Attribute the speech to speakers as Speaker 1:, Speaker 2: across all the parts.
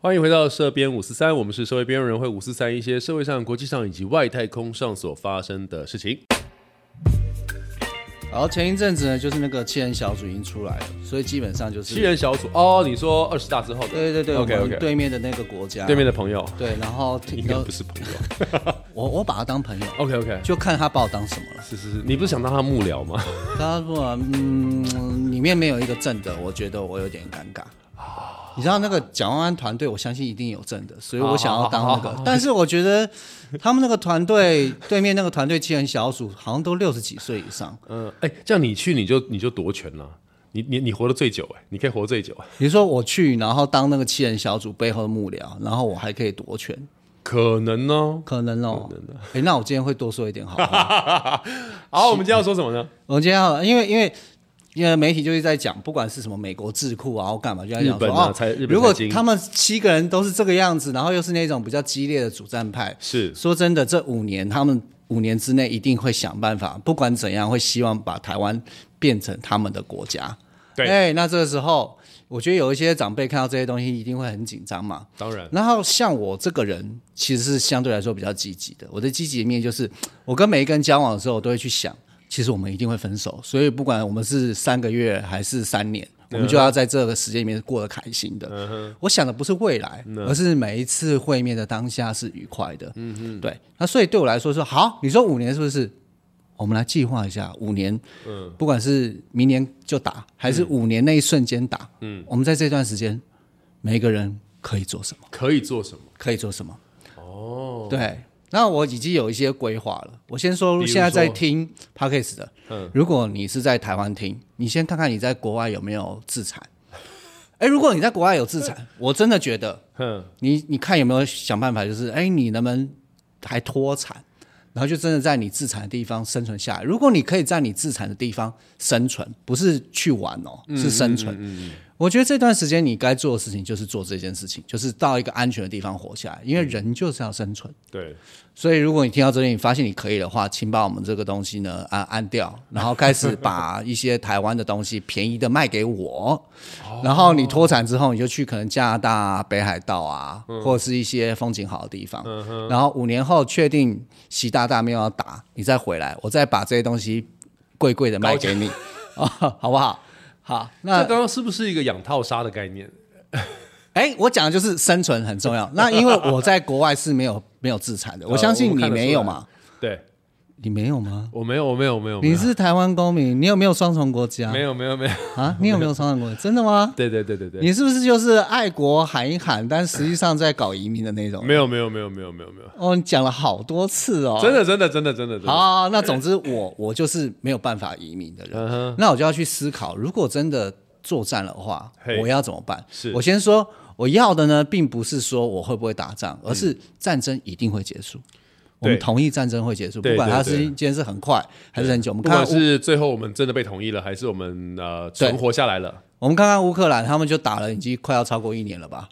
Speaker 1: 欢迎回到社编五四三，我们是社会编人会五四三一些社会上、国际上以及外太空上所发生的事情。
Speaker 2: 然后前一阵子呢，就是那个七人小组已经出来了，所以基本上就是
Speaker 1: 七人小组哦，你说二十大之后的
Speaker 2: 对对对
Speaker 1: ，OK
Speaker 2: 我们
Speaker 1: OK，
Speaker 2: 对面的那个国家，
Speaker 1: 对面的朋友
Speaker 2: 对，然后听
Speaker 1: 应该不是朋 友
Speaker 2: 我我把他当朋友，
Speaker 1: ，OK OK，
Speaker 2: 就看他把我当什么了。
Speaker 1: 是是是，你不是想当他幕僚吗？
Speaker 2: 他说嗯，里面没有一个正的，我觉得我有点尴尬。你知道那个蒋万安团队，我相信一定有正的，所以我想要当那
Speaker 1: 哦
Speaker 2: 个。但是我觉得他们那个团队对面那个团队七人小组，好像都六十几岁以上。
Speaker 1: 嗯， 哎、这样你去你就你就夺权了，你你你活得最久哎、你可以活最久，
Speaker 2: 你说我去，然后当那个七人小组背后的幕僚，然后我还可以夺权，
Speaker 1: 可能哦。
Speaker 2: 可能哦。哎，那我今天会多说一点好不好？
Speaker 1: 好，我们今天要说什么呢？
Speaker 2: 我今天好了，因为因为因为媒体就是在讲，不管是什么美国智库啊，或干嘛，就在讲
Speaker 1: 日
Speaker 2: 说
Speaker 1: 本啊
Speaker 2: 哦
Speaker 1: 财日本
Speaker 2: 如果
Speaker 1: 财经
Speaker 2: 他们七个人都是这个样子，然后又是那种比较激烈的主战派，
Speaker 1: 是
Speaker 2: 说真的，这五年他们五年之内一定会想办法，不管怎样，会希望把台湾变成他们的国家。
Speaker 1: 对
Speaker 2: 哎、那这个时候，我觉得有一些长辈看到这些东西，一定会很紧张嘛。
Speaker 1: 当然，
Speaker 2: 然后像我这个人，其实是相对来说比较积极的。我的积极面就是，我跟每一个人交往的时候，我都会去想，其实我们一定会分手，所以不管我们是三个月还是三年，我们就要在这个时间里面过得开心的。我想的不是未来，而是每一次会面的当下是愉快的。嗯嗯，对。那所以对我来说说，好，你说五年是不是？我们来计划一下，五年，不管是明年就打，还是五年那一瞬间打，嗯，我们在这段时间，每一个人可以做什么？
Speaker 1: 可以做什么？
Speaker 2: 可以做什么。哦，对，那我已经有一些规划了。我先说，嗯
Speaker 1: 如
Speaker 2: 现在在
Speaker 1: 说
Speaker 2: 听 podcast 的，如果你是在台湾听，你先看看你在国外有没有自产。哎，如果你在国外有自 产，我真的觉得
Speaker 1: 哼，
Speaker 2: 你你看有没有想办法，就是哎，你能不能还脱产，然后就真的在你自产的地方生存下来？如果你可以在你自产的地方生存，不是去玩哦，是生存。我觉得这段时间你该做的事情就是做这件事情，就是到一个安全的地方活下来，因为人就是要生存。
Speaker 1: 对，
Speaker 2: 所以，如果你听到这里，你发现你可以的话，请把我们这个东西呢按按掉，然后开始把一些台湾的东西便宜的卖给我。然后你脱产之后，你就去可能加拿大、啊、北海道啊，或者是一些风景好的地方。然后五年后确定习大大没有要打，你再回来，我再把这些东西贵贵的卖给你， 啊，好不好？好，那
Speaker 1: 这刚刚是不是一个养套杀的概念？
Speaker 2: 哎，我讲的就是生存很重要。那因为我在国外是没有没有 自产的，我相信
Speaker 1: 哦我
Speaker 2: 你
Speaker 1: 看得出来
Speaker 2: 没有嘛？
Speaker 1: 对，
Speaker 2: 你没有吗？
Speaker 1: 我没有，我没有，我没有，
Speaker 2: 你是台湾公民，你有没有双重国籍啊
Speaker 1: 没？有，没有，没有，
Speaker 2: 啊，你有没有双重国籍？真的吗？
Speaker 1: 对对对对对，
Speaker 2: 你是不是就是爱国喊一喊，但实际上在搞移民的那种？
Speaker 1: 没有，没有，没有，没有，没有，没有，
Speaker 2: 哦，你讲了好多次哦。
Speaker 1: 真的，真的，真的，真的，真的，
Speaker 2: 好，那总之我 我就是没有办法移民的人，
Speaker 1: 嗯哼，
Speaker 2: 那我就要去思考，如果真的作战的话
Speaker 1: 嘿，
Speaker 2: 我要怎么办？
Speaker 1: 是
Speaker 2: 我先说我要的呢，并不是说我会不会打仗，而是战争一定会结束。我们
Speaker 1: 对
Speaker 2: 同意战争会结束，
Speaker 1: 对
Speaker 2: 不管它
Speaker 1: 对
Speaker 2: 是
Speaker 1: 对
Speaker 2: 今天是很快还是很久，我们
Speaker 1: 不
Speaker 2: 看
Speaker 1: 管是最后我们真的被同意了，还是我们呃存活下来了，
Speaker 2: 我们看看乌克兰，他们就打了已经快要超过一年了吧？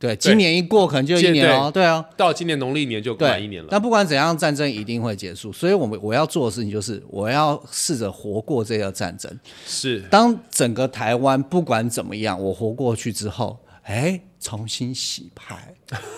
Speaker 2: 对，今年一过可能就一年哦。对啊，
Speaker 1: 到今年农历年就满
Speaker 2: 对，
Speaker 1: 一年了。
Speaker 2: 但不管怎样，战争一定会结束。所以我们我要做的事情就是，我要试着活过这个战争。
Speaker 1: 是，
Speaker 2: 当整个台湾不管怎么样，我活过去之后，哎，重新洗牌。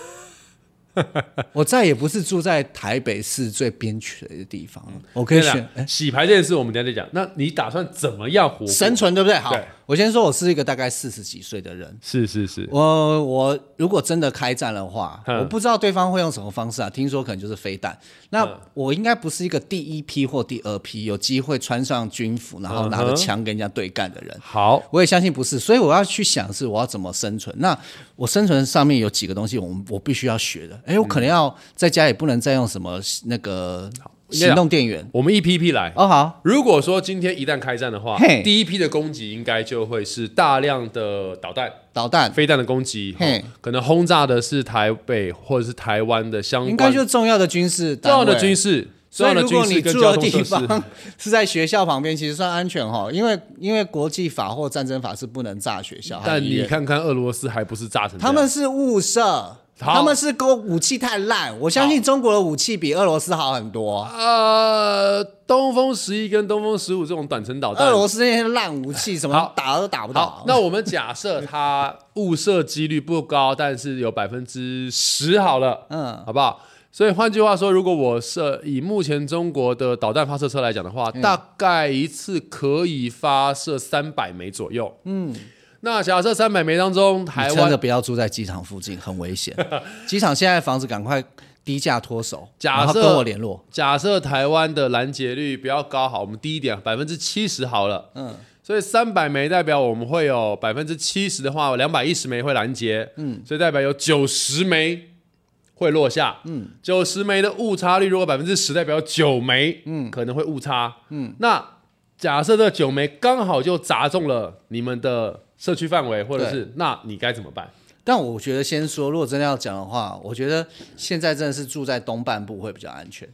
Speaker 2: 我再也不是住在台北市最边陲的地方了，我可以选哎
Speaker 1: 对啦洗牌这件事，我们等一下再讲。那你打算怎么样活过？
Speaker 2: 生存，对不对？好
Speaker 1: 对，
Speaker 2: 我先说，我是一个大概四十几岁的人，
Speaker 1: 是是是，
Speaker 2: 我我如果真的开战的话，
Speaker 1: 嗯
Speaker 2: 我不知道对方会用什么方式啊。听说可能就是飞弹。那
Speaker 1: 嗯
Speaker 2: 我应该不是一个第一批或第二批有机会穿上军服，然后拿
Speaker 1: 嗯
Speaker 2: 着
Speaker 1: 哼
Speaker 2: 枪跟人家对干的人。
Speaker 1: 好，
Speaker 2: 我也相信不是，所以我要去想是我要怎么生存。那我生存上面有几个东西我，我我必须要学的。哎，我可能要在家也不能再用什么那个行动电源。
Speaker 1: 我们一批一批来。
Speaker 2: 哦，好，
Speaker 1: 如果说今天一旦开战的话
Speaker 2: 嘿，
Speaker 1: 第一批的攻击应该就会是大量的导弹、
Speaker 2: 导弹
Speaker 1: 飞弹的攻击，
Speaker 2: 嘿
Speaker 1: 哦可能轰炸的是台北或者是台湾的相
Speaker 2: 应该
Speaker 1: 关
Speaker 2: 就是重要的军事
Speaker 1: 重
Speaker 2: 单
Speaker 1: 要的
Speaker 2: 位
Speaker 1: 军事、重
Speaker 2: 所
Speaker 1: 要
Speaker 2: 以
Speaker 1: 的
Speaker 2: 如
Speaker 1: 军
Speaker 2: 果你
Speaker 1: 事跟
Speaker 2: 住
Speaker 1: 交
Speaker 2: 的
Speaker 1: 通
Speaker 2: 地
Speaker 1: 设施。
Speaker 2: 方是在学校旁边，其实算安全哈，因为因为国际法或战争法是不能炸学校，还有
Speaker 1: 但
Speaker 2: 啊医
Speaker 1: 你
Speaker 2: 院
Speaker 1: 看看俄罗斯还不是炸成这样
Speaker 2: 他们是误射，
Speaker 1: 好
Speaker 2: 他们是勾武器太烂，我相信中国的武器比俄罗斯好很多。
Speaker 1: 呃，东风十一跟东风十五这种短程导弹
Speaker 2: 俄，罗斯那些烂武器，什么
Speaker 1: 好
Speaker 2: 打都打不
Speaker 1: 好
Speaker 2: 到，。
Speaker 1: 那我们假设它误射几率不高，但是有百分之十好了，
Speaker 2: 嗯，
Speaker 1: 好不好？所以换句话说，如果我射以目前中国的导弹发射车来讲的话，
Speaker 2: 嗯
Speaker 1: 大概一次可以发射三百枚左右。嗯，那假设三百枚当中，台
Speaker 2: 你真的
Speaker 1: 湾
Speaker 2: 不要住在机场附近，很 危险。机场现在房子赶快低价脱手，
Speaker 1: 假
Speaker 2: 然后
Speaker 1: 设
Speaker 2: 跟我联络。
Speaker 1: 假设台湾的拦截率比较高，好，我们低一点，百分之七十好了。
Speaker 2: 嗯，
Speaker 1: 所以三百枚代表我们会有百分之七十的话，两百一十枚会拦截，嗯，所以代表有九十枚会落下，嗯，九十枚的误差率如果百分之十，代表九枚，嗯，可能会误差，嗯，那假设这九枚刚好就砸中了你们的社区范围，或者是那你该怎么办？
Speaker 2: 但我觉得先说，如果真的要讲的话，我觉得现在真的是住在东半部会比较安全。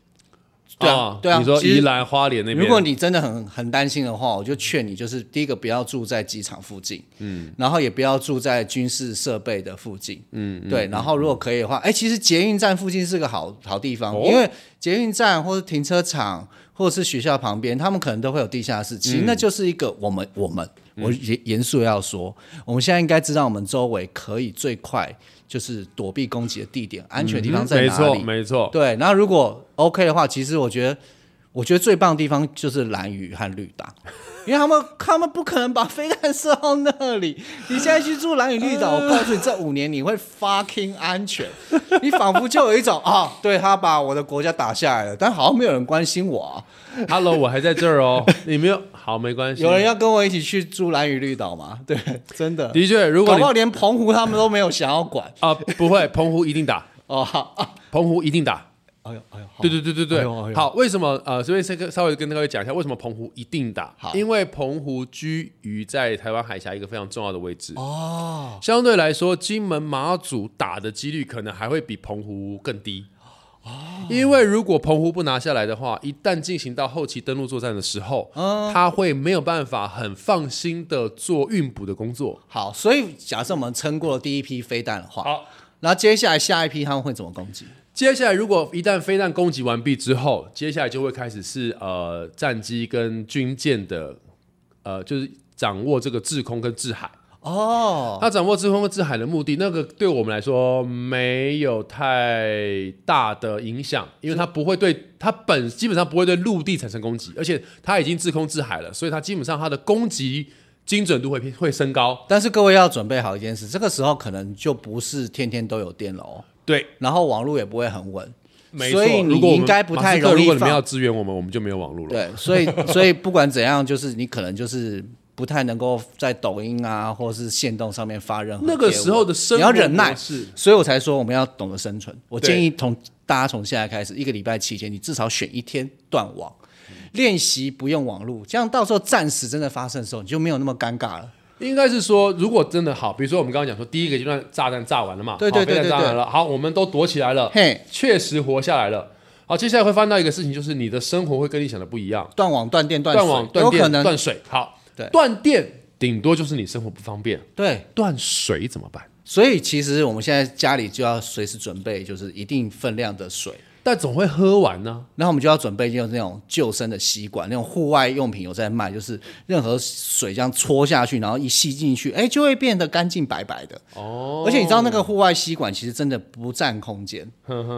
Speaker 2: 对啊，
Speaker 1: 哦
Speaker 2: 对啊。
Speaker 1: 你说
Speaker 2: 其实
Speaker 1: 宜兰花莲那边，
Speaker 2: 如果你真的很很担心的话，我就劝你，就是第一个不要住在机场附近，嗯，然后也不要住在军事设备的附近，嗯，对。然后如果可以的话，哎，其实捷运站附近是个好好地方，
Speaker 1: 哦
Speaker 2: 因为捷运站或者停车场或者是学校旁边，他们可能都会有地下室，
Speaker 1: 嗯
Speaker 2: 其实那就是一个我们我们我严严肃地要说，我们现在应该知道我们周围可以最快就是躲避攻击的地点，安全的地方在
Speaker 1: 嗯没
Speaker 2: 哪
Speaker 1: 错
Speaker 2: 里？
Speaker 1: 没错，
Speaker 2: 对，然后如果 OK 的话，其实我觉得，我觉得最棒的地方就是蓝雨和绿岛，因为他们他们不可能把飞弹射到那里。你现在去住蓝雨绿岛，我告诉你，这五年你会 fucking 安全。你仿佛就有一种啊、对他把我的国家打下来了，但好像没有人关心我啊。
Speaker 1: Hello，我还在这儿 哦。你没有好，没关系。
Speaker 2: 有人要跟我一起去住蓝雨绿岛吗？对，真的。
Speaker 1: 的确，如果
Speaker 2: 搞
Speaker 1: 你
Speaker 2: 不好
Speaker 1: 啊、
Speaker 2: 连澎湖他们都没有想要管
Speaker 1: 不会，澎湖一定打，
Speaker 2: 哦。好啊
Speaker 1: 澎湖一定打。
Speaker 2: 哎呦哎呦，好
Speaker 1: 对对对对对，
Speaker 2: 哎呦哎呦
Speaker 1: 好，为什么？呃，这边先跟稍微跟各位讲一下，为什么澎湖一定打？
Speaker 2: 好
Speaker 1: 因为澎湖居于在台湾海峡一个非常重要的位置，
Speaker 2: 哦
Speaker 1: 相对来说，金门、马祖打的几率可能还会比澎湖更低。
Speaker 2: 哦
Speaker 1: 因为如果澎湖不拿下来的话，一旦进行到后期登陆作战的时候，
Speaker 2: 嗯
Speaker 1: 他会没有办法很放心的做运补的工作。
Speaker 2: 好，所以假设我们撑过了第一批飞弹的话，
Speaker 1: 好，
Speaker 2: 然后接下来下一批他们会怎么攻击？
Speaker 1: 接下来，如果一旦飞弹攻击完毕之后，接下来就会开始是呃战机跟军舰的呃，就是掌握这个制空跟制海。
Speaker 2: 哦，
Speaker 1: 那掌握制空跟制海的目的，那个对我们来说没有太大的影响，因为它不会对它本基本上不会对陆地产生攻击，而且它已经制空制海了，所以它基本上它的攻击精准度会偏会升高。
Speaker 2: 但是各位要准备好一件事，这个时候可能就不是天天都有电了哦，
Speaker 1: 对，
Speaker 2: 然后网络也不会很稳，
Speaker 1: 没错。
Speaker 2: 所以你
Speaker 1: 如果我们
Speaker 2: 应该不太
Speaker 1: 马斯克
Speaker 2: 容易
Speaker 1: 如果你们
Speaker 2: 放
Speaker 1: 要支援我们，我们就没有网络了。
Speaker 2: 对，所以所以不管怎样，就是你可能就是不太能够在抖音啊或是线动上面发任何
Speaker 1: 那个
Speaker 2: 贴文
Speaker 1: 时候的生
Speaker 2: 你要
Speaker 1: 活
Speaker 2: 忍耐
Speaker 1: 模式，
Speaker 2: 所以我才说我们要懂得生存。我
Speaker 1: 对
Speaker 2: 建议从大家从现在开始，一个礼拜期间，你至少选一天断网，
Speaker 1: 嗯
Speaker 2: 练习不用网络，这样到时候战时真的发生的时候，你就没有那么尴尬了。
Speaker 1: 应该是说，如果真的好，比如说我们刚刚讲说，第一个阶段炸弹炸完了嘛，
Speaker 2: 对对
Speaker 1: 好
Speaker 2: 对
Speaker 1: 飞弹
Speaker 2: 对
Speaker 1: 炸
Speaker 2: 对
Speaker 1: 完了，好，我们都躲起来了，
Speaker 2: 嘿，
Speaker 1: 确实活下来了。好，接下来会翻到一个事情，就是你的生活会跟你想的不一样，
Speaker 2: 断网、断电、断
Speaker 1: 断网、
Speaker 2: 水，
Speaker 1: 断
Speaker 2: 有可
Speaker 1: 电、
Speaker 2: 能
Speaker 1: 断水。好，
Speaker 2: 对
Speaker 1: 断电顶多就是你生活不方便，
Speaker 2: 对。
Speaker 1: 断水怎么办？
Speaker 2: 所以其实我们现在家里就要随时准备，就是一定分量的水。
Speaker 1: 但总会喝完呢、
Speaker 2: 然后我们就要准备就是那种救生的吸管，那种户外用品有在卖，就是任何水这样搓下去，然后一吸进去，哎，就会变得干净白白的。
Speaker 1: 哦，
Speaker 2: 而且你知道那个户外吸管其实真的不占空间，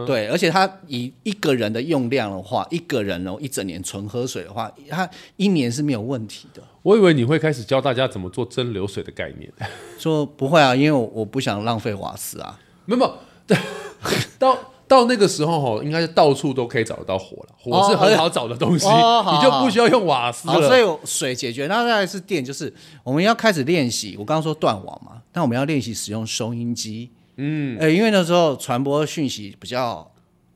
Speaker 2: 对，而且它以一个人的用量的话，一个人哦一整年纯喝水的话，它一年是没有问题的。
Speaker 1: 我以为你会开始教大家怎么做蒸馏水的概念，
Speaker 2: 说不会啊，因为我我不想浪费瓦斯啊。
Speaker 1: 没有没有， 到到那个时候哦，应该是到处都可以找得到火了，火是很好找的东西，
Speaker 2: 哎哦好
Speaker 1: 你就不需要用瓦斯
Speaker 2: 好，
Speaker 1: 了。
Speaker 2: 所以我水解决，那再来是电，就是我们要开始练习。我刚刚说断网嘛，那我们要练习使用收音机。嗯，呃，因为那时候传播讯息比较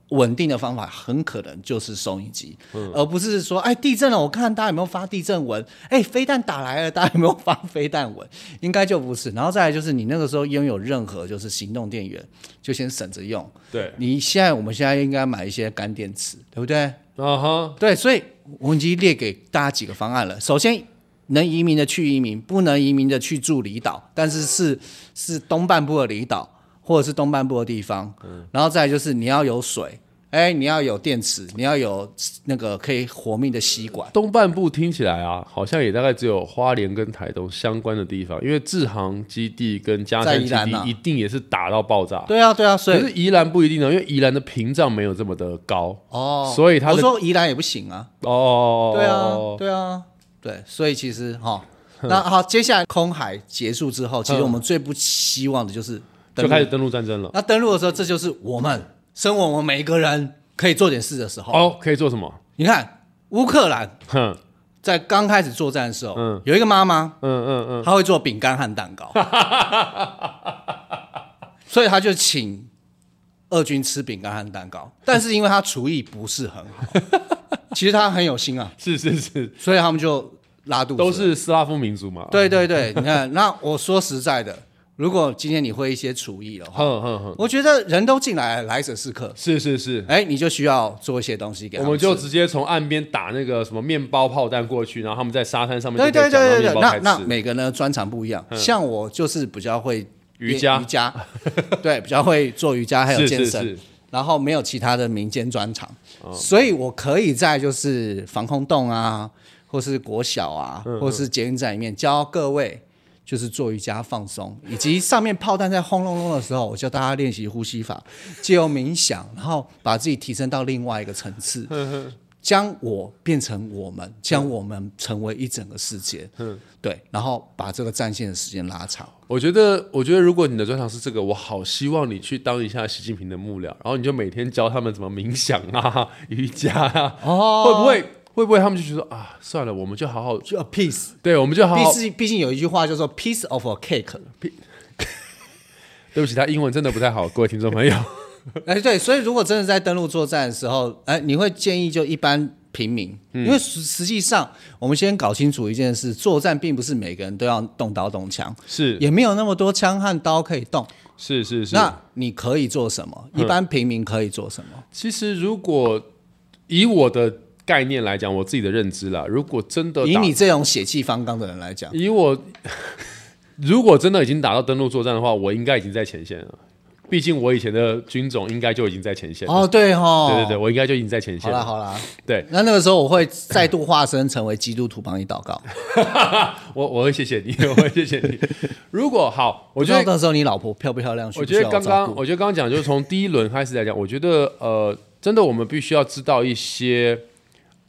Speaker 2: 稳定的方法，很可能就是收音机，而不是说，哎，地震了，我看大家有没有发地震文？哎，飞弹打来了，大家有没有发飞弹文？应该就不是。然后再来就是，你那个时候拥有任何就是行动电源，就先省着用。
Speaker 1: 对，
Speaker 2: 你现在，我们现在应该买一些干电池，对不对？
Speaker 1: 啊哈，
Speaker 2: 对，所以我们已经列给大家几个方案了。首先，能移民的去移民，不能移民的去住离岛，但是是是东半部的离岛。或者是东半部的地方，然后再来就是你要有水，哎，你要有电池，你要有那个可以活命的吸管。
Speaker 1: 东半部听起来啊，好像也大概只有花莲跟台东相关的地方，因为志航基地跟嘉
Speaker 2: 在
Speaker 1: 山
Speaker 2: 宜
Speaker 1: 基
Speaker 2: 兰
Speaker 1: 地
Speaker 2: 啊
Speaker 1: 一定也是打到爆炸。
Speaker 2: 对啊，对啊，所
Speaker 1: 可
Speaker 2: 以
Speaker 1: 是宜兰不一定呢，因为宜兰的屏障没有这么的高
Speaker 2: 哦，
Speaker 1: 所以它
Speaker 2: 我
Speaker 1: 的
Speaker 2: 说宜兰也不行啊。
Speaker 1: 哦。
Speaker 2: 对啊，对啊，对，所以其实哈，那好，接下来空海结束之后，其实我们最不希望的就是
Speaker 1: 嗯
Speaker 2: 登
Speaker 1: 就开
Speaker 2: 陆。
Speaker 1: 始登陆战争了。
Speaker 2: 那登陆的时候，这就是我们身为我们每一个人可以做点事的时候。
Speaker 1: 哦，可以做什么？
Speaker 2: 你看，乌克兰
Speaker 1: 哼，
Speaker 2: 在刚开始作战的时候，
Speaker 1: 嗯
Speaker 2: 有一个妈妈，
Speaker 1: 嗯嗯嗯，
Speaker 2: 她会做饼干和蛋糕， 所以她就请俄军吃饼干和蛋糕。但是因为她厨艺不是很好， 其实她很有心啊，
Speaker 1: 是是是，
Speaker 2: 所以他们就拉肚子了。
Speaker 1: 都是斯拉夫民族嘛。，
Speaker 2: 对对对，你看，那我说实在的，如果今天你会一些厨艺的话，
Speaker 1: 哼哼哼，
Speaker 2: 我觉得人都进来了来者是客，
Speaker 1: 是是是，
Speaker 2: 哎，你就需要做一些东西给他
Speaker 1: 我们就
Speaker 2: 吃
Speaker 1: 直接从岸边打那个什么面包炮弹过去，然后他们在沙滩上面
Speaker 2: 对
Speaker 1: 就可
Speaker 2: 对
Speaker 1: 以找
Speaker 2: 对
Speaker 1: 到
Speaker 2: 对
Speaker 1: 面
Speaker 2: 对，
Speaker 1: 包
Speaker 2: 那
Speaker 1: 开
Speaker 2: 那
Speaker 1: 吃。
Speaker 2: 每个人的专长不一样，像我就是比较会
Speaker 1: 瑜伽
Speaker 2: 瑜伽， 对，比较会做瑜伽还有
Speaker 1: 是
Speaker 2: 健
Speaker 1: 是
Speaker 2: 身
Speaker 1: 是。，
Speaker 2: 然后没有其他的民间专长，所以我可以在就是防空洞啊，或是国小啊，或是捷运站里面教各位就是做瑜伽放松，以及上面炮弹在轰隆隆的时候，我教大家练习呼吸法，借由冥想，然后把自己提升到另外一个层次，将我变成我们，将我们成为一整个世界，对，然后把这个战线的时间拉长。
Speaker 1: 我觉得，我觉得如果你的专长是这个，我好希望你去当一下习近平的幕僚，然后你就每天教他们怎么冥想啊、 瑜伽啊，
Speaker 2: 哦
Speaker 1: 会不会？会不会他们就觉得啊，算了，我们就好好，
Speaker 2: 就 a piece，
Speaker 1: 对，我们就好好
Speaker 2: 毕。竟毕竟有一句话叫做 piece of a cake。
Speaker 1: 对不起，他英文真的不太好，各位听众 朋友。
Speaker 2: 哎，对，所以如果真的在登陆作战的时候，哎，你会建议就一般平民，因为实实际上我们先搞清楚一件事，作战并不是每个人都要动刀动枪，
Speaker 1: 是
Speaker 2: 也没有那么多枪和刀可以动。
Speaker 1: 是是嗯是。
Speaker 2: 那你可以做什么？一般平民可以做什么？
Speaker 1: 其实如果以我的概念来讲，我自己的认知啦，如果真的
Speaker 2: 以
Speaker 1: 打
Speaker 2: 你这种血气方刚的人来讲，
Speaker 1: 以我 如果真的已经打到登陆作战的话，我应该已经在前线了。毕竟我以前的军种应该就已经在前线了。
Speaker 2: 哦，对哦，
Speaker 1: 对对对，，我应该就已经在前
Speaker 2: 好
Speaker 1: 线
Speaker 2: 啦
Speaker 1: 了。
Speaker 2: 好啦，
Speaker 1: 对，
Speaker 2: 那那个时候我会再度化身成为基督徒帮你祷告。
Speaker 1: 我我会谢谢你， 我会谢谢你。如果好，我
Speaker 2: 我
Speaker 1: 觉得
Speaker 2: 那时候你老婆漂不漂亮？需
Speaker 1: 我
Speaker 2: 不
Speaker 1: 觉
Speaker 2: 需要
Speaker 1: 得刚
Speaker 2: 照
Speaker 1: 刚，
Speaker 2: 顾
Speaker 1: 我觉得刚刚讲就是从第一轮开始来讲，我觉得呃，真的我们必须要知道一些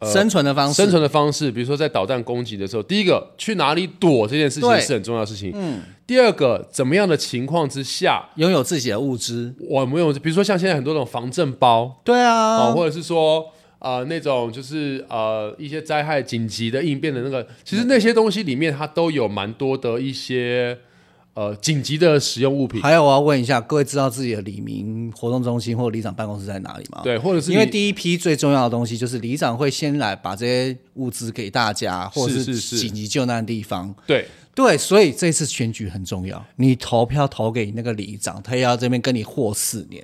Speaker 2: 生存的方式
Speaker 1: 呃生，存的方式，比如说在导弹攻击的时候，第一个去哪里躲这件事情
Speaker 2: 对
Speaker 1: 是很重要的事情。嗯，第二个怎么样的情况之下，
Speaker 2: 拥有自己的物资。
Speaker 1: 我们有比如说像现在很多那种防震包
Speaker 2: 对啊，
Speaker 1: 哦、或者是说。呃，那种就是呃一些灾害紧急的应变的那个，其实那些东西里面它都有蛮多的一些呃紧急的使用物品，
Speaker 2: 还有，我要问一下，各位知道自己的李明活动中心或里长办公室在哪里吗？，
Speaker 1: 对，或者是
Speaker 2: 因为
Speaker 1: 你
Speaker 2: 第一批最重要的东西就是里长会先来把这些物资给大家，或者
Speaker 1: 是是是
Speaker 2: 紧急救难的地方。
Speaker 1: 对
Speaker 2: 对，所以这次选举很重要，你投票投给那个里长，他也要这边跟你和四 年。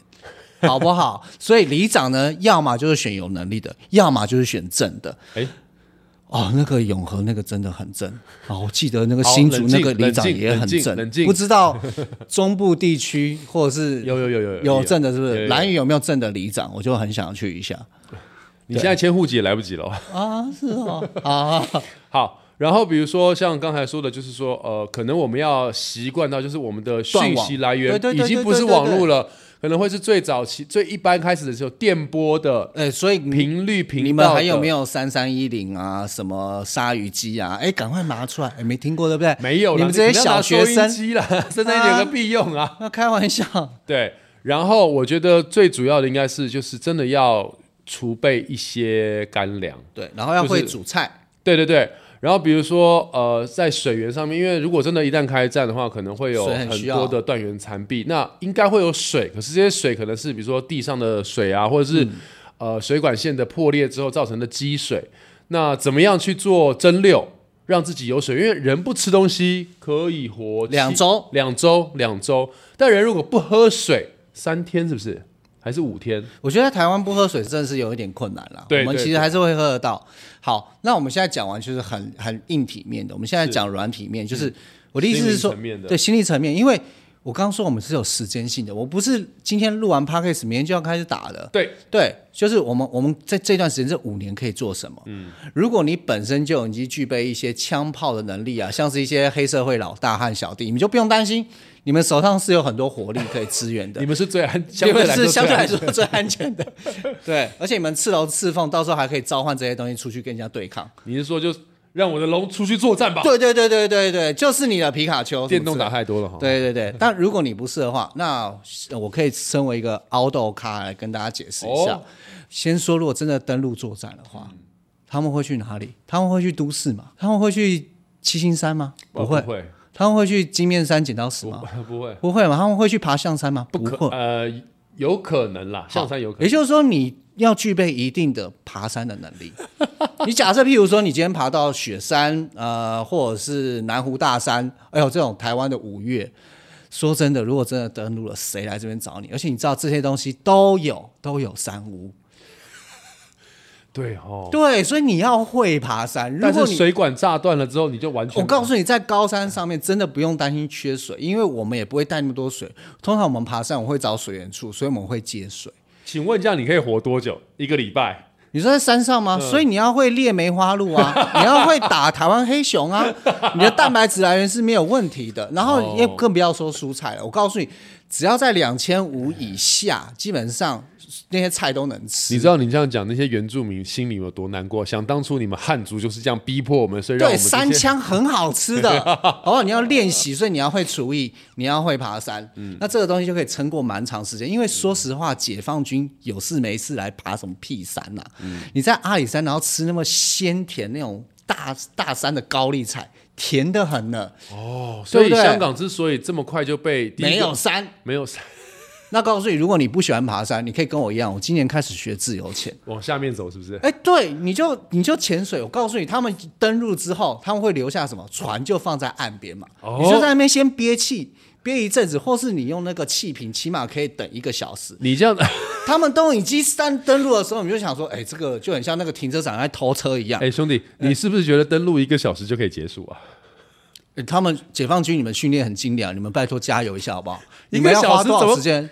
Speaker 2: 好不好？所以里长呢，要么就是选有能力的，要么就是选正的。
Speaker 1: 哎
Speaker 2: 哦，那个永和那个真的很正哦，我记得那个
Speaker 1: 好
Speaker 2: 新竹
Speaker 1: 冷静
Speaker 2: 那个里长
Speaker 1: 冷静
Speaker 2: 也很
Speaker 1: 冷静
Speaker 2: 正，
Speaker 1: 冷静
Speaker 2: 不知道中部地区或者是
Speaker 1: 有有有有
Speaker 2: 有正的，是不
Speaker 1: 有有
Speaker 2: 是？
Speaker 1: 有
Speaker 2: 蓝屿有没有正的里长？我就很想去一下
Speaker 1: 你现在迁户籍也来不及了。
Speaker 2: 啊，是哦， 啊，
Speaker 1: 好，然后比如说像刚才说的，就是说呃，可能我们要习惯到，就是我们的
Speaker 2: 断
Speaker 1: 讯
Speaker 2: 网
Speaker 1: 息来源
Speaker 2: 对对对
Speaker 1: 已经不是网络了，可能会是最早期、最一般开始的时候电波的
Speaker 2: 哎，所以你
Speaker 1: 频率频道
Speaker 2: 你们还有没
Speaker 1: 有？
Speaker 2: 有三三一零啊，什么鲨鱼机啊？哎，赶快拿出来，哎，没听过对不对？
Speaker 1: 没有啦，
Speaker 2: 你们这些
Speaker 1: 不要拿
Speaker 2: 小学
Speaker 1: 收音
Speaker 2: 生，
Speaker 1: 机啦，真的有个屁用啊！
Speaker 2: 那开玩笑，
Speaker 1: 对，然后我觉得最主要的应该是，就是真的要储备一些干粮。
Speaker 2: 对，然后要
Speaker 1: 就是
Speaker 2: 会煮菜，
Speaker 1: 对对对。然后比如说，呃，在水源上面，因为如果真的一旦开战的话，可能会有
Speaker 2: 水很需要
Speaker 1: 多的断垣残壁，那应该会有水，可是这些水可能是比如说地上的水啊，或者
Speaker 2: 嗯
Speaker 1: 是、呃水管线的破裂之后造成的积水。那怎么样去做蒸馏，让自己有水？因为人不吃东西可以活七
Speaker 2: 两周，
Speaker 1: 两周，两周，但人如果不喝水，三天是不是？还是五天？
Speaker 2: 我觉得台湾不喝水真的是有一点困难了。
Speaker 1: 对
Speaker 2: 我们
Speaker 1: 对
Speaker 2: 其实
Speaker 1: 对
Speaker 2: 还是会喝得到。好，那我们现在讲完就是很很硬体面的，我们现在讲软体面，就是我的意思是
Speaker 1: 心
Speaker 2: 说
Speaker 1: 理层面，的
Speaker 2: 对心理层面，因为我刚刚说我们是有时间性的，我不是今天录完 podcast 明天就要开始打的。
Speaker 1: 对，
Speaker 2: 对，就是我们我们在这段时间这五年可以做什么？嗯，如果你本身就已经具备一些枪炮的能力啊，像是一些黑社会老大和小弟，你们就不用担心，你们手上是有很多火力可以支援的
Speaker 1: 你。们是最安，相
Speaker 2: 你
Speaker 1: 对
Speaker 2: 们
Speaker 1: 来说
Speaker 2: 是相对来
Speaker 1: 最
Speaker 2: 说最安全的， 对，而且你们刺龙刺凤，到时候还可以召唤这些东西出去跟人家对抗。
Speaker 1: 安，你是说就让我的龙出去作战吧？
Speaker 2: 对对对对对对，就是你的皮卡丘，
Speaker 1: 电动
Speaker 2: 什么之类的
Speaker 1: 打太多了哈。
Speaker 2: 对对对，但如果你不是的话，那我可以身为一个凹豆咖来跟大家解释一下。
Speaker 1: 哦
Speaker 2: 先说，如果真的登陆作战的话，他们会去哪里？他们会去都市吗？他们会去七星山吗？
Speaker 1: 哦，
Speaker 2: 不会。
Speaker 1: 不会，
Speaker 2: 他们会去金面山剪刀石吗？
Speaker 1: 不会，
Speaker 2: 不会嘛？他们会去爬象山吗？不
Speaker 1: 可啊
Speaker 2: 会。
Speaker 1: 呃，有可能啦，象山有可
Speaker 2: 也
Speaker 1: 能。
Speaker 2: 就是说，你要具备一定的爬山的能 力。你假设，譬如说，你今天爬到雪山，呃，或者是南湖大山，哎呦，这种台湾的五岳，说真的，如果真的登陆了，谁来这边找你？而且你知道这些东西都有都有山屋，
Speaker 1: 对哦，
Speaker 2: 对，所以你要会爬山。如
Speaker 1: 但
Speaker 2: 果
Speaker 1: 是
Speaker 2: 你
Speaker 1: 水啊管炸断了之后，你就完全
Speaker 2: 我告诉你，在高山上面真的不用担心缺水，因为我们也不会带那么多水。通常我们爬山，我会找水源处，所以我们会接水。
Speaker 1: 请问这样你可以活多久？一个礼拜？
Speaker 2: 你说在山上吗？所以你要会猎梅花鹿啊，你要会打台湾黑熊啊，你的蛋白质来源是没有问题的。然后也更不要说蔬菜了，我告诉你，只要在两千五以下，基本上那些菜都能吃。
Speaker 1: 你知道你这样讲，那些原住民心里有多难过？想当初你们汉族就是这样逼迫我们，所以让我
Speaker 2: 对，
Speaker 1: 们这
Speaker 2: 山
Speaker 1: 些
Speaker 2: 枪很好吃 的，好不好？你要练习，所以你要会厨艺，你要会爬山。嗯，那这个东西就可以撑过蛮长时间。因为说实话，解放军有事没事来爬什么屁山呐、
Speaker 1: 嗯
Speaker 2: 你在阿里山，然后吃那么鲜甜那种大大山的高丽菜，甜的很呢，
Speaker 1: 哦所以
Speaker 2: 对不对
Speaker 1: 香港之所以这么快就被第一个
Speaker 2: 没有山。
Speaker 1: 没有 山
Speaker 2: 那告诉你，如果你不喜欢爬山，你可以跟我一样，我今年开始学自由潜。
Speaker 1: 往下面走，是不是？
Speaker 2: 哎，对，你就你就潜水。我告诉你，他们登陆之后，他们会留下什么？船就放在岸边嘛，
Speaker 1: 哦
Speaker 2: 你就在那边先憋气，憋一阵子，或是你用那个气瓶，起码可以等一个小时。
Speaker 1: 你这样，
Speaker 2: 他们都已经三登陆的时候，你就想说，哎，这个就很像那个停车场在偷车一样。
Speaker 1: 哎，兄弟，你是不是觉得登录一个小时就可以结束啊？
Speaker 2: 哎他们解放军，你们训练很精良，你们拜托加油一下好不好？
Speaker 1: 一个
Speaker 2: 你们要
Speaker 1: 小
Speaker 2: 花多
Speaker 1: 时怎
Speaker 2: 少
Speaker 1: 么
Speaker 2: 时间？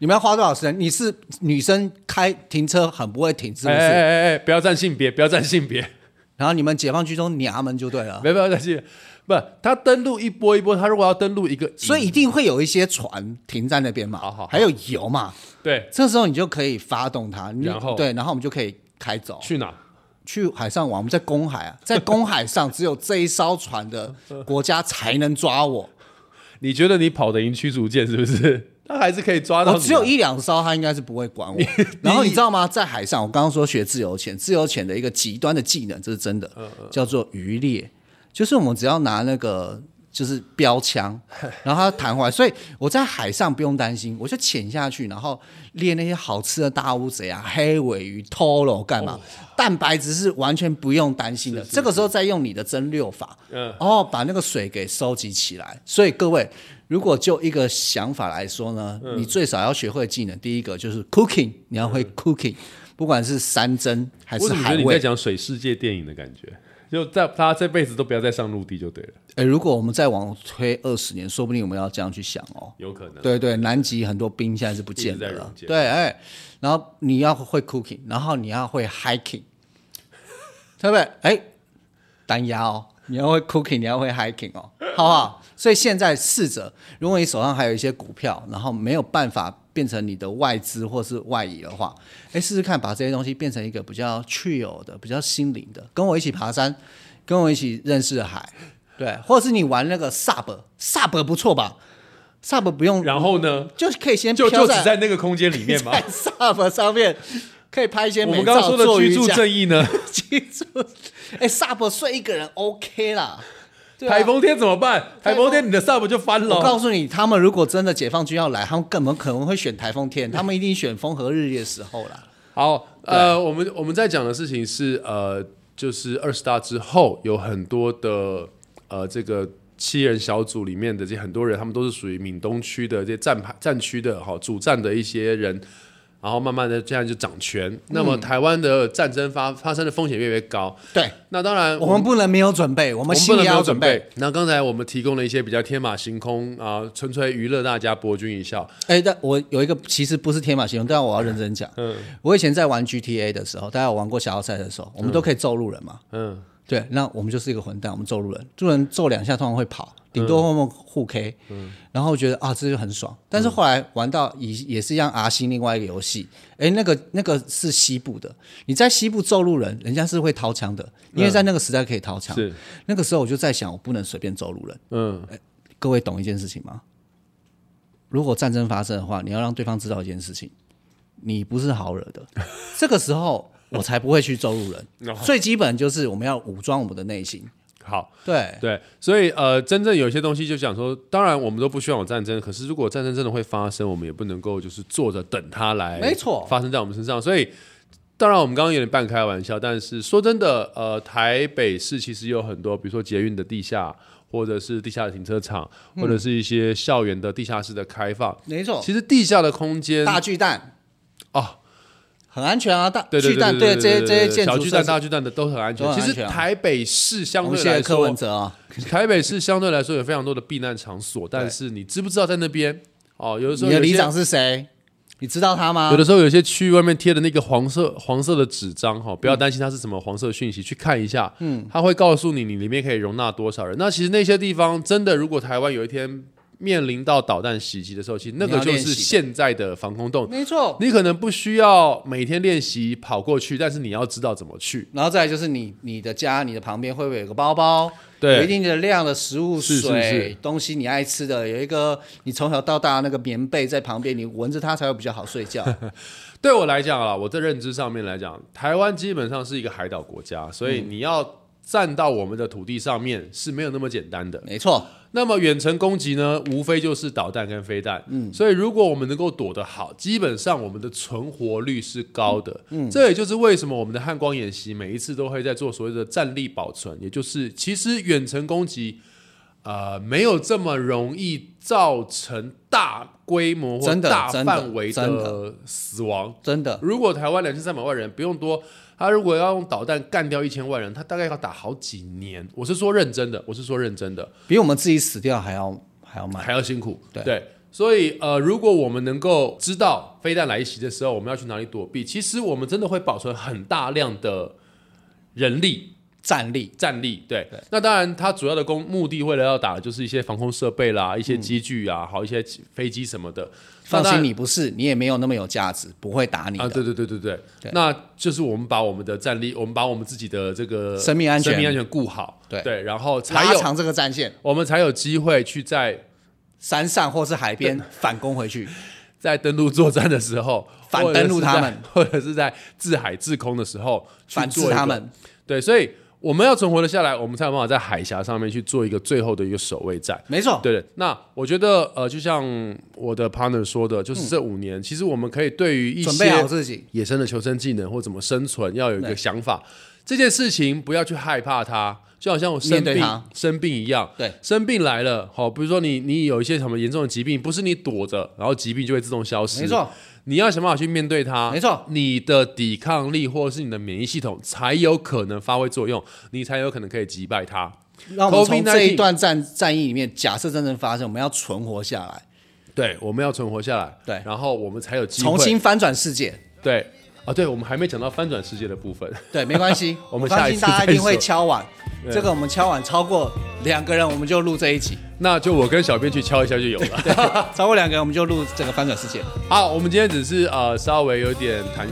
Speaker 2: 你们要花多少时间？你是女生开停车很不会停，是不
Speaker 1: 哎
Speaker 2: 是？
Speaker 1: 哎哎哎，不要占性别，不要占性 别。
Speaker 2: 然后你们解放军都娘们就对了。
Speaker 1: 没办法，但是不，他登录一波一波，他如果要登录一个，
Speaker 2: 所以一定会有一些船停在那边嘛，
Speaker 1: 好好好
Speaker 2: 还有油嘛，
Speaker 1: 对，
Speaker 2: 这时候你就可以发动它，你
Speaker 1: 然后
Speaker 2: 对，然后我们就可以开走
Speaker 1: 去哪？
Speaker 2: 去海上玩。我们在公海 啊，在公海上只有这一艘船的国家才能 抓我，
Speaker 1: 嗯你觉得你跑得赢驱逐舰是不是？ 他还是可以抓到你啊、
Speaker 2: 我哦只有一两艘，他应该是不 会管我。然后你知道吗？在海上，我刚刚说学自由潜，自由潜的一个极端的技能，这是真的，
Speaker 1: 嗯
Speaker 2: 叫做渔猎，就是我们只要拿那个。就是 标枪，然后它弹回来，所以我在海上不用担心，我就潜下去，然后猎那些好吃的大乌贼啊、黑尾鱼、偷了干
Speaker 1: 哦
Speaker 2: 嘛？蛋白质是完全不用担心的。这个时候再用你的蒸馏法，
Speaker 1: 嗯
Speaker 2: 哦，把那个水给收集起来。所以各位，如果就一个想法来说呢，
Speaker 1: 嗯
Speaker 2: 你最少要学会技能，第一个就是 cooking，你要会 cooking，、不管是山珍还
Speaker 1: 我嗯
Speaker 2: 是
Speaker 1: 怎么觉
Speaker 2: 海
Speaker 1: 得你在
Speaker 2: 味。
Speaker 1: 讲水世界电影的感觉？就在他这辈子都不要再上陆地就对了，
Speaker 2: 哎，如果我们再往推二十年，说不定我们要这样去想哦。
Speaker 1: 有可能。
Speaker 2: 对对，南极很多冰现在是不见
Speaker 1: 一
Speaker 2: 的
Speaker 1: 直在
Speaker 2: 了
Speaker 1: 溶。解
Speaker 2: 对，哎，然后你要会 cooking，然后你要会 hiking，对不对？哎，单压哦，你要会 cooking，你要会 hiking 哦，好不好？所以现在试着，如果你手上还有一些股票，然后没有办法变成你的外资或是外移的话，哎，试试看把这些东西变成一个比较 chill 的、比较心灵的，跟我一起爬山，跟我一起认识海。对，或者是你玩那个 sub，sub 不错吧？sub 不用
Speaker 1: 然后呢？
Speaker 2: 就是可以先
Speaker 1: 就
Speaker 2: 飘
Speaker 1: 就
Speaker 2: 在
Speaker 1: 只在那个空间里面吗？
Speaker 2: 在 Sub 上面，可以拍一些
Speaker 1: 我
Speaker 2: 美
Speaker 1: 们刚刚
Speaker 2: 照
Speaker 1: 说的
Speaker 2: 做
Speaker 1: 居
Speaker 2: 瑜
Speaker 1: 住
Speaker 2: 伽。
Speaker 1: 正义呢？
Speaker 2: 居住，哎、s u b 睡一个人 OK 啦。对啊
Speaker 1: 台风天怎么办？台风天你的 sub 就翻
Speaker 2: 我
Speaker 1: 了。
Speaker 2: 告诉你，他们如果真的解放军要来，他们根本可能会选台风天，他们一定选风和日丽的时候啦。
Speaker 1: 好，呃，我们我们在讲的事情是，呃，就是二十大之后有很多的呃这个七人小组里面的这些很多人，他们都是属于闽东区的这些战派战区的哈、主战的一些人，然后慢慢的这样就掌权。那
Speaker 2: 嗯
Speaker 1: 么台湾的战争发发生的风险越来越高。
Speaker 2: 对，
Speaker 1: 那当然，
Speaker 2: 我们不能没有准备，我
Speaker 1: 我
Speaker 2: 们
Speaker 1: 们不
Speaker 2: 心
Speaker 1: 能没
Speaker 2: 里要
Speaker 1: 有
Speaker 2: 有
Speaker 1: 准
Speaker 2: 备。
Speaker 1: 备。那刚才我们提供了一些比较天马行空啊、纯粹娱乐大家，博君一笑。
Speaker 2: 哎，但我有一个其实不是天马行空，但我要认真讲。
Speaker 1: 嗯
Speaker 2: 我以前在玩 GTA 的时候，大家有玩过小奥赛的时候，我们都可以揍路人嘛。
Speaker 1: 嗯，
Speaker 2: 对，那我们就是一个混蛋，我们揍路人，路人揍两下通常会跑，顶
Speaker 1: 嗯
Speaker 2: 多会互 K，、然后觉得啊这就很爽。但
Speaker 1: 嗯
Speaker 2: 是后来玩到也也是一样 R 星另外一个游戏，哎，那个那个是西部的，你在西部揍路人，人家是会掏枪的，因为在那个时代可以掏
Speaker 1: 嗯
Speaker 2: 枪。
Speaker 1: 是，
Speaker 2: 那个时候我就在想，我不能随便揍路人。
Speaker 1: 嗯，
Speaker 2: 各位懂一件事情吗？如果战争发生的话，你要让对方知道一件事情，你不是好惹 的。这个时候我才不会去揍路人。
Speaker 1: 哦
Speaker 2: 最基本就是我们要武装我们的内心。
Speaker 1: 好，
Speaker 2: 对，
Speaker 1: 对，所以呃，真正有些东西就想说，当然我们都不希望有战争，可是如果战争真的会发生，我们也不能够就是坐着等它来，
Speaker 2: 没错
Speaker 1: 发生在我们身上。所以，当然我们刚刚有点半开玩笑，但是说真的，呃，台北市其实有很多，比如说捷运的地下，或者是地下的停车场，或者是一些校园的地下室的开放。
Speaker 2: 没错，
Speaker 1: 其实地下的空间
Speaker 2: 大巨蛋
Speaker 1: 哦，
Speaker 2: 很安全啊，大
Speaker 1: 对对
Speaker 2: 巨蛋
Speaker 1: 对
Speaker 2: 这些这些建
Speaker 1: 小
Speaker 2: 筑
Speaker 1: 巨
Speaker 2: 设
Speaker 1: 蛋、
Speaker 2: 施，
Speaker 1: 大巨蛋的都很安全。
Speaker 2: 都很
Speaker 1: 其
Speaker 2: 安
Speaker 1: 实
Speaker 2: 全啊
Speaker 1: 台北市相
Speaker 2: 我们
Speaker 1: 对
Speaker 2: 谢谢
Speaker 1: 来
Speaker 2: 柯
Speaker 1: 说
Speaker 2: 文，哲啊，
Speaker 1: 台北市相对来说有非常多的避难场所，但是你知不知道在那边？哦，有的时候
Speaker 2: 你的
Speaker 1: 有
Speaker 2: 里
Speaker 1: 些
Speaker 2: 长是谁？你知道他吗
Speaker 1: 有？的时候有些区域外面贴的那个黄色黄色的纸张哈、哦，不要担心它是什么黄色讯息，去看一下，嗯，它会告诉你你里面可以容纳多少人。那其实那些地方真的，如果台湾有一天面临到导弹袭击的时候，其实那
Speaker 2: 你
Speaker 1: 个
Speaker 2: 要
Speaker 1: 就
Speaker 2: 练习
Speaker 1: 是
Speaker 2: 的
Speaker 1: 现在的防空洞。
Speaker 2: 没错。
Speaker 1: 你可能不需要每天练习跑过去，但是你要知道怎么去。
Speaker 2: 然后再来就是你你的家，你的旁边会不会有个包包？
Speaker 1: 对
Speaker 2: 有一定的量的食物、
Speaker 1: 是是
Speaker 2: 水、
Speaker 1: 是
Speaker 2: 东西，你爱吃的，有一个你从小到大那个棉被在旁边，你闻着它才会比较好睡觉。
Speaker 1: 对我来讲啊，我在认知上面来讲，台湾基本上是一个海岛国家，所以你要站到我们的土地上面是没有那么简单的。
Speaker 2: 没错，
Speaker 1: 那么远程攻击呢，无非就是导弹跟飞弹。嗯，所以如果我们能够躲得好，基本上我们的存活率是高的。嗯，这也就是为什么我们的汉光演习每一次都会在做所谓的战力保存，也就是其实远程攻击，呃，没有这么容易造成大规模或
Speaker 2: 真的
Speaker 1: 大
Speaker 2: 真的
Speaker 1: 范围
Speaker 2: 真
Speaker 1: 的死亡。
Speaker 2: 真的，
Speaker 1: 如果台湾两千三百万人不用多，他如果要用导弹干掉一千万人，他大概要打好几年。我是说认真的，我是说认真的。
Speaker 2: 比我们自己死掉还要还要慢。
Speaker 1: 还要辛苦。
Speaker 2: 哎对
Speaker 1: 所以呃，如果我们能够知道飞弹来袭的时候，我们要去哪里躲避，其实我们真的会保存很大量的人力。
Speaker 2: 战力
Speaker 1: 战力对，那当然，它主要的工目的为了要打的就是一些防空设备啦、一些机具啊、好一些飞机什么的。
Speaker 2: 放
Speaker 1: 那当然
Speaker 2: 心，你不是，你也没有那么有价值，不会打你的。
Speaker 1: 啊，对对对对对，
Speaker 2: 对
Speaker 1: 那就是我们把我们的战力，我们把我们自己的这个
Speaker 2: 生命安全
Speaker 1: 生命安全顾好，
Speaker 2: 对
Speaker 1: 对，然后才
Speaker 2: 拉
Speaker 1: 有
Speaker 2: 长这个战线，
Speaker 1: 我们才有机会去在
Speaker 2: 山上或是海边反攻回去。
Speaker 1: 在登陆作战的时候，
Speaker 2: 反登陆他们
Speaker 1: 或者是在，或者是在 制海制空的时候去
Speaker 2: 反
Speaker 1: 做
Speaker 2: 制
Speaker 1: 一个
Speaker 2: 他。们。
Speaker 1: 对，所以我们要存活的下来，我们才有办法在海峡上面去做一个最后的一个守卫战。
Speaker 2: 没错，
Speaker 1: 对的，那我觉得呃，就像我的 partner 说的，就是这五年，其实我们可以对于一
Speaker 2: 嗯准备
Speaker 1: 些
Speaker 2: 好自己。
Speaker 1: 野生的求生技能或怎么生存，要有一个想法。这件事情不要去害怕它，就好像我生
Speaker 2: 面对
Speaker 1: 病
Speaker 2: 它
Speaker 1: 生病一样，
Speaker 2: 对，
Speaker 1: 生病来了，好、比如说你你有一些什么严重的疾病，不是你躲着，然后疾病就会自动消失，
Speaker 2: 没错，
Speaker 1: 你要想办法去面对它，
Speaker 2: 没错，
Speaker 1: 你的抵抗力或者是你的免疫系统才有可能发挥作用，你才有可能可以击败它。
Speaker 2: 让我们从
Speaker 1: COVID-19
Speaker 2: 这一段战战役里面，假设真正发生，我们要存活下来，
Speaker 1: 对，我们要存活下来，
Speaker 2: 对
Speaker 1: 然后我们才有机会
Speaker 2: 重新翻转世界。
Speaker 1: 对啊，对，我们还没讲到翻转世界的部分， ，
Speaker 2: 对，没关系
Speaker 1: 我们下
Speaker 2: 相
Speaker 1: 一次
Speaker 2: 信大家一定
Speaker 1: 再
Speaker 2: 会
Speaker 1: 说
Speaker 2: 敲碗。这个我们敲碗超过两个人，我们就录这 一集；
Speaker 1: 那就我跟小编去敲一下就有 了。
Speaker 2: 超过两个人，我们就录这个翻转世界。
Speaker 1: 好，我们今天只是呃稍微有点谈，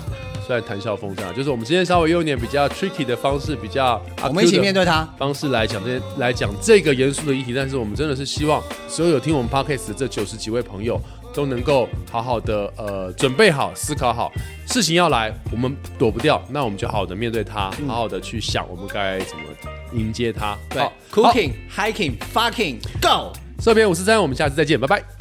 Speaker 1: 虽然谈笑风生啊，就是我们今天稍微用一点比较 tricky 的方式，比较
Speaker 2: 我们一起面
Speaker 1: 对
Speaker 2: 对它。
Speaker 1: 方式来讲这来讲这个严肃的议题，但是我们真的是希望所有有听我们 podcast 的这九十几位朋友都能够好好的呃准备好、思考好，事情要来，我们躲不掉，那我们就好好的面对它，好好的去想我们该怎么迎接它。
Speaker 2: 对
Speaker 1: 好好
Speaker 2: ，cooking、hiking、fucking go。
Speaker 1: 这边五四三，我们下次再见，拜拜。